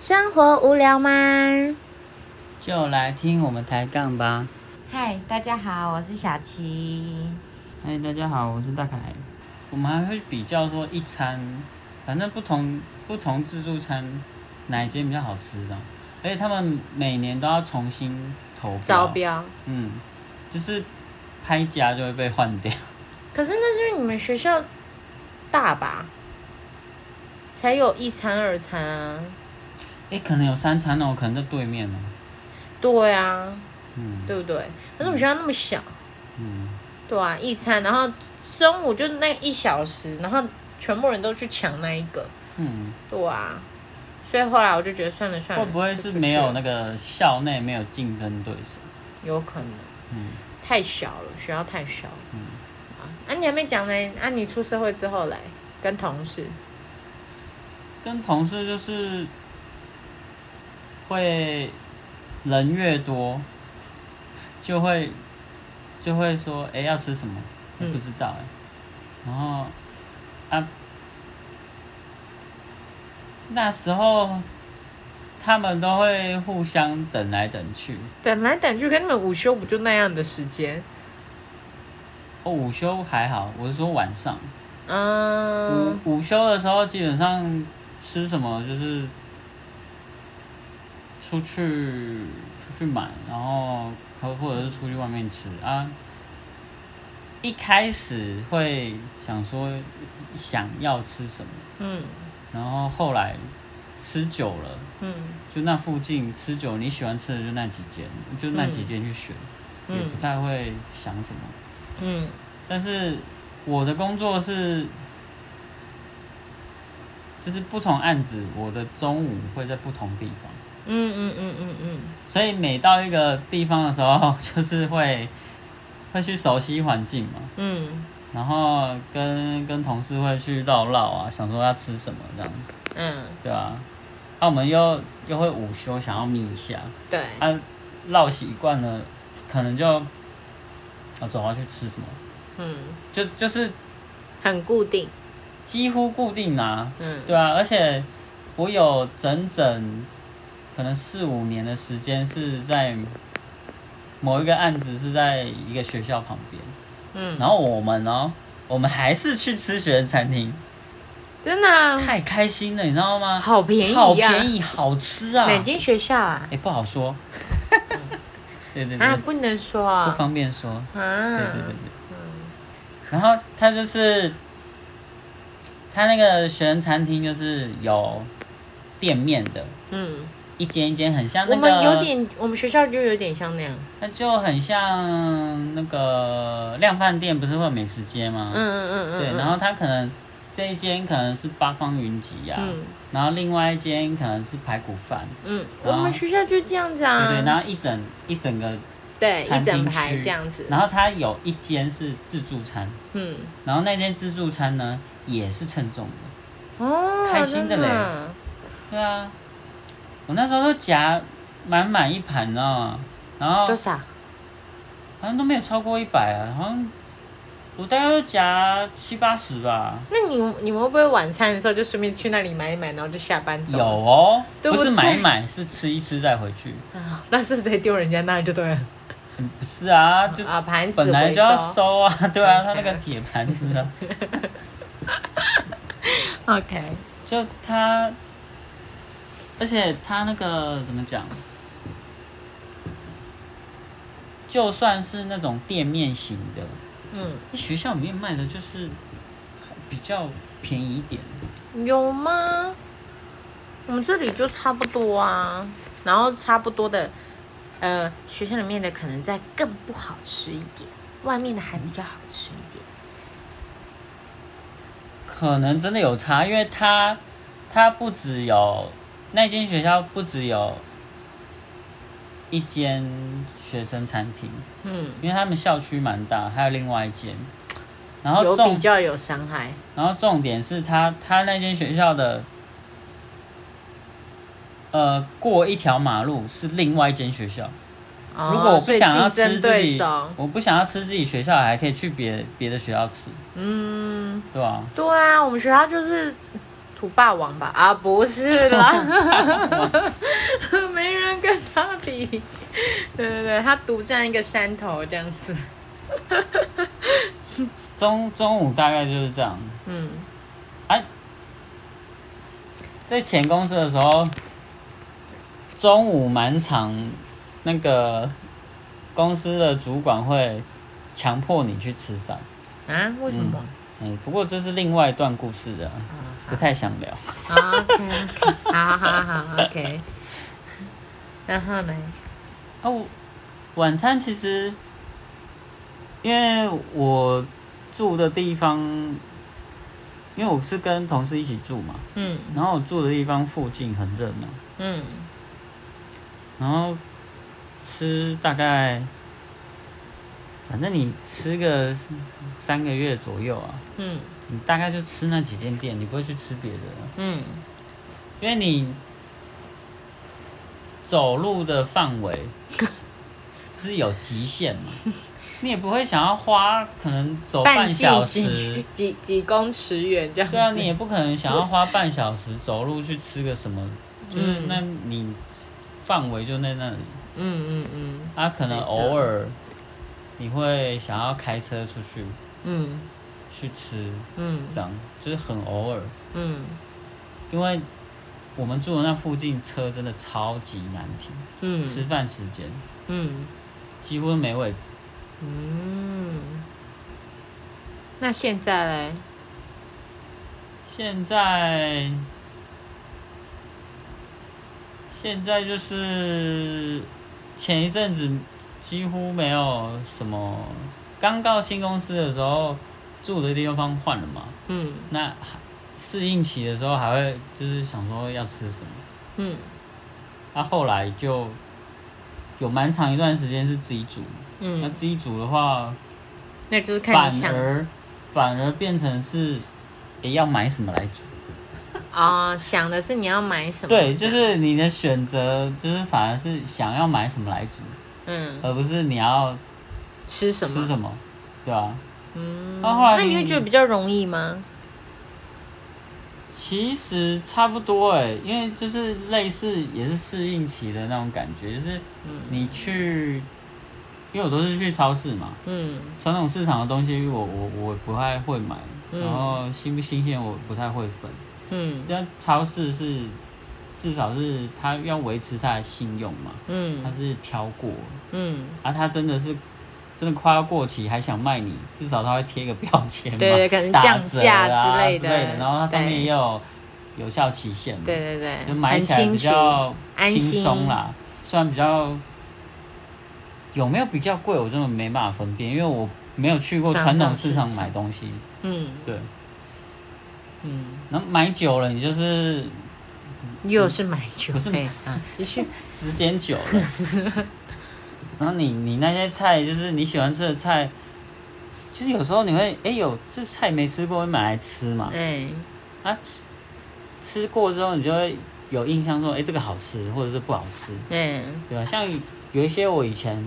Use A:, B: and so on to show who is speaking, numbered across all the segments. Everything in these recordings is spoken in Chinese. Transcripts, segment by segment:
A: 生活无聊吗？
B: 就来听我们抬杠吧。
A: 嗨，大家好，我是小琪。
B: 嗨，大家好，我是大凯。我们还会比较说一餐，反正不同不同自助餐哪一间比较好吃的，而且他们每年都要重新投标，
A: 招标，
B: 嗯，就是拍夹就会被换掉。
A: 可是那是因为你们学校大吧，才有一餐二餐啊。
B: 诶，可能有三餐哦，可能在对面哦。
A: 对啊，
B: 嗯
A: 对不对？可是我们学校那么小，
B: 嗯，
A: 对啊，一餐，然后中午就那一小时，然后全部人都去抢那一个，
B: 嗯，
A: 对啊。所以后来我就觉得算了算了，
B: 会不会
A: 就是出去
B: 没有
A: 了
B: 那个校内没有竞争对手？
A: 有可能，
B: 嗯，
A: 太小了，学校太小了。嗯，啊，你还没讲呢，啊，你出社会之后嘞，跟同事，
B: 跟同事就是会人越多，就会就会说，哎、要吃什么？我
A: 嗯
B: 不知道哎、然后啊，那时候他们都会互相等来等去。
A: 等来等去，跟你们午休不就那样的时间？
B: 哦，午休还好，我是说晚上。
A: 嗯，
B: 午午休的时候基本上吃什么就是出去出去买，然后或或者是出去外面吃啊。一开始会想说想要吃什么，
A: 嗯
B: 然后后来吃久了，
A: 嗯
B: 就那附近吃久你喜欢吃的就那几间，就那几间去选，也
A: 嗯
B: 不太会想什么。
A: 嗯，
B: 但是我的工作是，就是不同案子，我的中午会在不同地方，
A: 嗯嗯嗯嗯嗯，
B: 所以每到一个地方的时候，就是会 会去熟悉环境嘛，
A: 嗯
B: 然后跟跟同事会去唠唠啊，想说要吃什么这样子，
A: 嗯，
B: 对吧、啊？那、我们又又会午休，想要眯一下，
A: 对，
B: 啊，唠习惯了，可能就啊走啊去吃什么，
A: 嗯，
B: 就就是
A: 很固定，
B: 几乎固定啊，
A: 嗯
B: 对啊，而且我有整整可能四五年的时间是在某一个案子是在一个学校旁边，
A: 嗯，
B: 然后我们呢，我们还是去吃学生餐厅，
A: 真的啊
B: 太开心了，你知道吗？
A: 好便宜啊
B: 好
A: 呀，
B: 便宜，好吃啊！
A: 哪
B: 哎、
A: 间学校啊？
B: 不好说， 对对
A: 啊，
B: 对，
A: 不能说
B: 不
A: 啊，
B: 方便说，对对对
A: 啊
B: 对，。然后他就是他那个学生餐厅就是有店面的，
A: 嗯，
B: 一间一间很像
A: 我
B: 那
A: 们有
B: 个，
A: 点，我们学校就有点像那样，
B: 那就很像那个量饭店，不是会有美食街吗
A: 嗯？嗯嗯嗯，
B: 对，然后它可能这一间可能是八方云集呀、
A: 嗯
B: 然后另外一间可能是排骨饭，
A: 嗯，我
B: 然后
A: 们学校就这样子
B: 对
A: 啊，
B: 对，然后一整一整个，
A: 对
B: 餐
A: 一整
B: 厅
A: 排
B: 区
A: 这样子，
B: 然后它有一间是自助餐，
A: 嗯，
B: 然后那间自助餐呢也是称重的，
A: 哦，
B: 开心的嘞
A: 真啊
B: 对啊，我那时候都夹满满一盘，你知道吗？然后
A: 多少？
B: 好像都没有超过一百啊，好像我大概都夹七八十吧。
A: 那你你们会不会晚餐的时候就顺便去那里买一买，然后就下班走？
B: 有哦，
A: 对
B: 不
A: 不
B: 是
A: 对
B: 买一买，是吃一吃再回去。
A: 啊，那是直接丢人家那里就对了
B: 嗯不是啊，就
A: 啊，盘子
B: 本来
A: 回
B: 就要收啊，对啊，
A: OK
B: 他那个铁盘子 啊，
A: OK，
B: 就他，而且他那个怎么讲？就算是那种店面型的，
A: 嗯，
B: 学校里面卖的就是比较便宜一点。
A: 有吗？我们这里就差不多啊，然后差不多的，呃，学校里面的可能再更不好吃一点，外面的还比较好吃一点。
B: 可能真的有差，因为它它不只有那间学校不只有一间学生餐厅，
A: 嗯，
B: 因为他们校区蛮大，还有另外一间。然后
A: 有比
B: 重
A: 较有伤害。
B: 然后重点是他他那间学校的，呃，过一条马路是另外一间学校。
A: 哦
B: 如果我不
A: 所以
B: 想要
A: 竞
B: 吃
A: 争
B: 自
A: 对
B: 己
A: 手，，
B: 我不想要吃自己学校，还可以去别别的学校吃，
A: 嗯，
B: 对吧、
A: 对啊，我们学校就是土霸王吧？啊，不是啦， 没人跟他比。对对对，他独占一个山头这样子。
B: 中中午大概就是这样。
A: 嗯，
B: 在前公司的时候，中午蛮常那个公司的主管会强迫你去吃饭。
A: 啊？为什么？
B: 嗯，不过这是另外一段故事的，不太想聊。
A: 啊，OK，好好好，OK。然后呢？
B: 啊，我晚餐其实，因为我住的地方，因为我是跟同事一起住嘛，
A: 嗯
B: 然后我住的地方附近很热闹，
A: 嗯
B: 然后吃大概，反正你吃个三个月左右啊，
A: 嗯
B: 你大概就吃那几间店，你不会去吃别的，
A: 嗯
B: 因为你走路的范 围是有极限嘛，你也不会想要花可能走哦半
A: 径
B: 小时
A: 几。几几公尺远这样子。嗯
B: 对啊，你也不可能想要花半小时走路去吃个什么，就是
A: 嗯
B: 那你范围就在那里。
A: 嗯嗯嗯
B: 啊，可能
A: 没错
B: 偶尔你会想要开车出去
A: 嗯
B: 去吃，
A: 嗯
B: 这样就是很偶尔，
A: 嗯
B: 因为我们住的那附近车真的超级难停，
A: 嗯
B: 吃饭时间
A: 嗯
B: 几乎没位置。
A: 嗯。那现在嘞？
B: 现在现在就是前一阵子几乎没有什么，刚到新公司的时候住的地方换了嘛，
A: 嗯
B: 那还适应期的时候还会就是想说要吃什么，
A: 嗯
B: 那、后来就有蛮长一段时间是自己煮，那
A: 嗯，
B: 自己煮的话，
A: 那就是看
B: 反
A: 你想
B: 而反而变成是也要买什么来煮，
A: 啊、想的是你要买什么。
B: 对，就是你的选择就是反而是想要买什么来煮，
A: 嗯，
B: 而不是你要
A: 吃什
B: 吃
A: 么？
B: 什么，对吧、
A: 嗯，
B: 那后来
A: 那你会
B: 你
A: 觉得比较容易吗？
B: 其实差不多哎，因为就是类似也是适应期的那种感觉，就是
A: 嗯
B: 你去，因为我都是去超市嘛，
A: 嗯
B: 传统市场的东西我我我不太会买，
A: 嗯
B: 然后新不新鲜我不太会分，
A: 嗯
B: 但超市是至少是它要维持它的信用嘛，它
A: 嗯
B: 是挑过，
A: 嗯，
B: 啊，它真的是。真的快要过期还想卖你，至少它会贴一个标签嘛，
A: 对对，可能
B: 打
A: 降
B: 折
A: 价
B: 啊
A: 之
B: 之
A: 类
B: 类
A: 的，
B: 然后它上面也
A: 对
B: 有有效期限嘛，
A: 对对
B: 就
A: 对，
B: 买
A: 哎很
B: 起来比
A: 清楚，
B: 较
A: 安
B: 轻
A: 心
B: 松啦。虽然比较有没有比较贵，我真的没办法分辨，因为我没有去过传统市场买东西。
A: 嗯
B: 对，
A: 嗯，
B: 然后买久了，你就是
A: 又是买酒，
B: 不是
A: 对啊，继续，
B: 时间久了， 然后你你那些菜就是你喜欢吃的菜，就是有时候你会哎、有这菜没吃过，会买来吃嘛。
A: 哎，
B: 啊，吃过之后你就会有印象说，哎、这个好吃，或者是不好吃。
A: 哎，
B: 对吧、像有一些我以前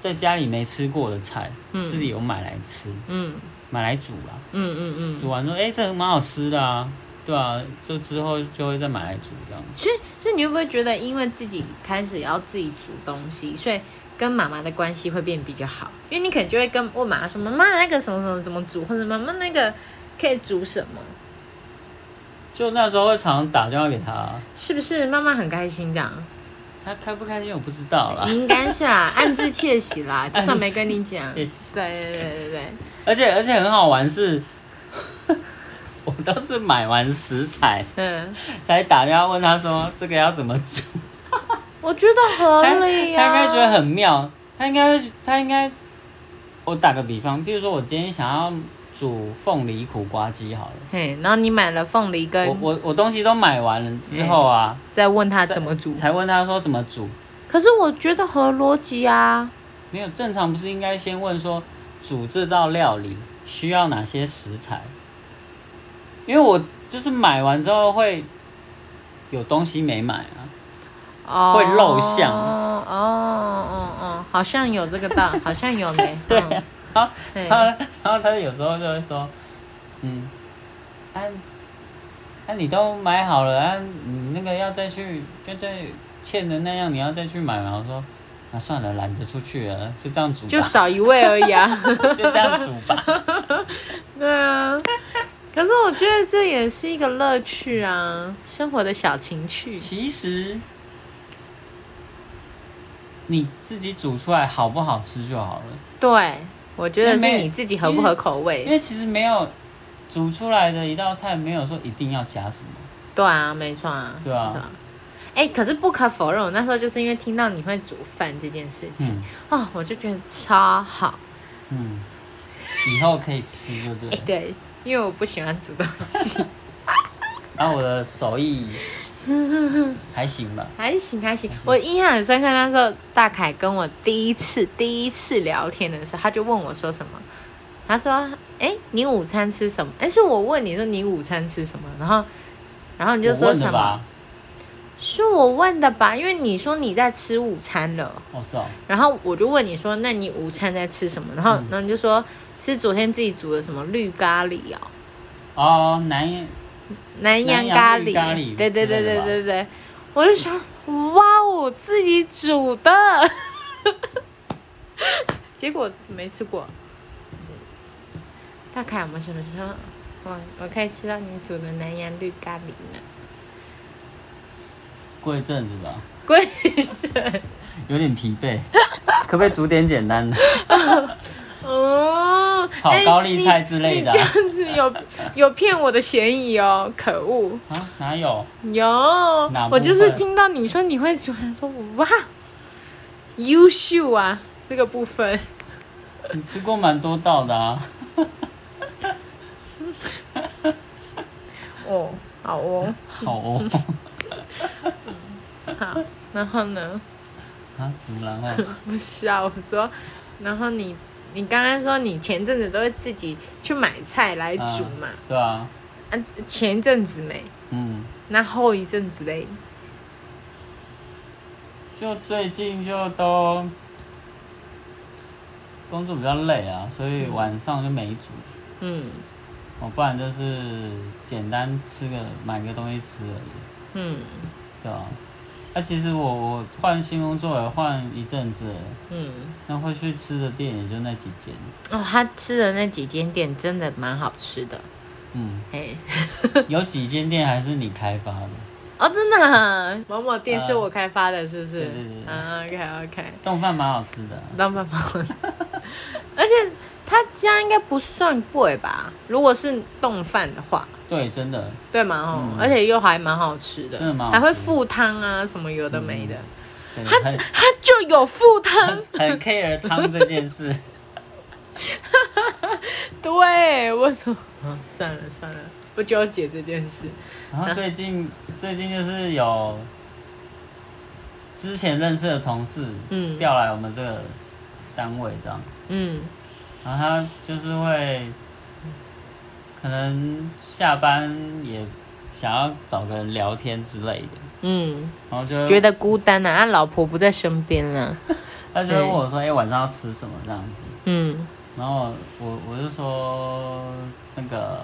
B: 在家里没吃过的菜，
A: 嗯
B: 自己有买来吃，
A: 嗯
B: 买来煮啦，
A: 嗯嗯嗯，
B: 煮完说，哎、这个蛮好吃的啊，对啊，就之后就会再买来煮这样。
A: 所以所以你会不会觉得，因为自己开始要自己煮东西，所以跟妈妈的关系会变比较好？因为你可能就会跟问妈妈说，妈妈那个什么什么怎么煮，或者妈妈那个可以煮什么，
B: 就那时候会常常打电话给他、
A: 是不是？妈妈很开心这样。
B: 他开不开心我不知道 啦。
A: 应该是啦，暗自窃喜啦，就算没跟你讲。
B: 也
A: 对
B: 是
A: 对对对对，
B: 而且而且很好玩是， 我都是买完食材
A: 嗯，
B: 才打电话问他说这个要怎么煮，
A: 我觉得
B: 他
A: 合
B: 他
A: 理啊
B: 应
A: 呀、
B: 该觉得很妙，他应该他应该，我打个比方，比如说我今天想要煮凤梨苦瓜鸡好了。
A: 嘿，然后你买了凤梨
B: 我
A: 羹，
B: 我我东西都买完了之后啊，
A: 再问他哎怎么煮。
B: 才问他说怎么煮。
A: 可是我觉得合逻辑啊。
B: 没有正常不是应该先问说煮这道料理需要哪些食材？因为我就是买完之后会有东西没买啊，
A: 哦，
B: 会露相
A: 哦哦哦哦，好像有这个道，好像有 嘞。
B: 对
A: 嗯
B: 啊，然后
A: 对
B: 然后然后他有时候就会说，嗯，哎、啊、那、你都买好了，啊，你那个要再去，就再欠的那样，你要再去买嘛？我说，那、算了，懒得出去了，就这样煮吧，
A: 就少一位而已 啊。
B: 就这样煮吧。
A: 对啊，可是我觉得这也是一个乐趣啊，生活的小情趣。
B: 其实你自己煮出来好不好吃就好了，
A: 对，我觉得
B: 因为
A: 是
B: 没
A: 你自己合不合口
B: 因
A: 味。
B: 为其实没有煮出来的一道菜，没有说一定要加什么。
A: 对啊，没错啊。
B: 对啊
A: 没错。哎、可是不可否认，我那时候就是因为听到你会煮饭这件事情，
B: 嗯
A: 哦，我就觉得超好。
B: 嗯，以后可以吃就对
A: 哎、
B: 了。
A: 对，因为我不喜欢煮东西，
B: 然后我的 手艺还行吧，
A: 还行还行。我印象很深刻，那时候大凯跟我第一次第一次聊天的时候，他就问我说什么，他说：“哎、你午餐吃什么？”哎、是我问你说你午餐吃什么，然后然后你就
B: 我
A: 说
B: 问的
A: 什么
B: 吧？？
A: 是我问的吧？因为你说你在吃午餐了，
B: 我是哦，
A: 然后我就问你说，那你午餐在吃什么？然后、
B: 嗯
A: 然后你就说吃昨天自己煮的什么绿咖喱哦。
B: 哦，南
A: 南洋
B: 洋
A: 咖
B: 绿
A: 喱，
B: 咖喱
A: 对对
B: 之
A: 对
B: 类
A: 对
B: 的吧
A: 对对，我就想，哇哦，自己煮的， 结果没吃过。大凯，我们什么时候，我我可以吃到你煮的南洋绿咖喱呢？
B: 过一阵子吧，
A: 贵，
B: 有点疲 惫，可不可以煮点简单的？
A: 哦，
B: 炒
A: 哎
B: 高丽菜之类的啊
A: 你你这样子有有骗我的嫌疑哦，可恶！
B: 啊，哪有？
A: 有
B: 哪，
A: 我
B: 部
A: 就是
B: 分
A: 听到你说你会煮，他说哇，优秀啊，这个部分。
B: 你吃过蛮多道的啊。
A: 哦，好哦，
B: 好哦，
A: 好。然后呢？
B: 啊，怎么然 后？
A: 不是啊，我说，然后你你刚刚说你前阵子都会自己去买菜来煮嘛？
B: 对啊，
A: 啊，前一阵子没，
B: 嗯，
A: 那后一阵子嘞？
B: 就最近就都工作比较累啊，所以晚上就没煮，
A: 嗯
B: 哦，不然就是简单吃个买个东西吃而已，
A: 嗯
B: 对啊。那、其实我我换新工作也换一阵子了，
A: 嗯。
B: 那会去吃的店也就那几间，
A: 哦，他吃的那几间店真的蛮好吃的，
B: 嗯，
A: 嘿，
B: 有几间店还是你开发的，
A: 哦，真的啊、某某店是
B: 啊
A: 我开发的，是不是？
B: 对对对对
A: 啊，OK OK，
B: 冻饭蛮好吃的啊、
A: 当饭包， 而且他家应该不算贵吧？如果是冻饭的话，
B: 对，真的，
A: 对嘛吼，
B: 嗯
A: 而且又还蛮好吃的，
B: 真的蛮嗯好
A: 还
B: 吃
A: 会附汤啊，什么有的没的，
B: 对，很
A: 它就有附 汤。
B: 很 care 汤这件事，
A: 对，我
B: 嗯
A: 怎么？啊算了算了，不纠结这件事。
B: 然后最近最近就是有之前认识的同事
A: 嗯
B: 调来我们这个单位这样，
A: 嗯
B: 然后他就是会可能下班也想要找个人聊天之类的，
A: 嗯，
B: 然后就
A: 觉得孤单啊，啊老婆不在身边了。
B: 他就会问我说：“哎、晚上要吃什么？”这样子，
A: 嗯，
B: 然后我我就说那个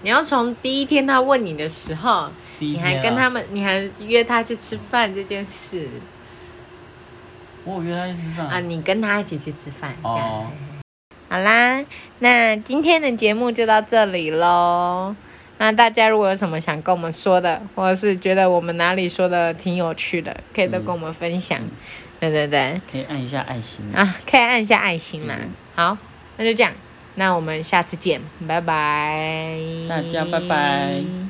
A: 你要从第一天他问你的时候，
B: 第一
A: 你
B: 天、啊、
A: 还跟他们，你还约他去吃饭这件事。
B: 我有约他去吃饭
A: 啊，你跟他一起去吃饭。这样
B: 嗯哦，
A: 好啦，那今天的节目就到这里喽。那大家如果有什么想跟我们说的，或者是觉得我们哪里说的挺有趣的，可以都跟我们分享。对对对，
B: 可以按一下爱心啊。
A: 啊，可以按一下爱心啦
B: 嗯。
A: 好，那就这样，那我们下次见，拜拜。
B: 大家拜拜。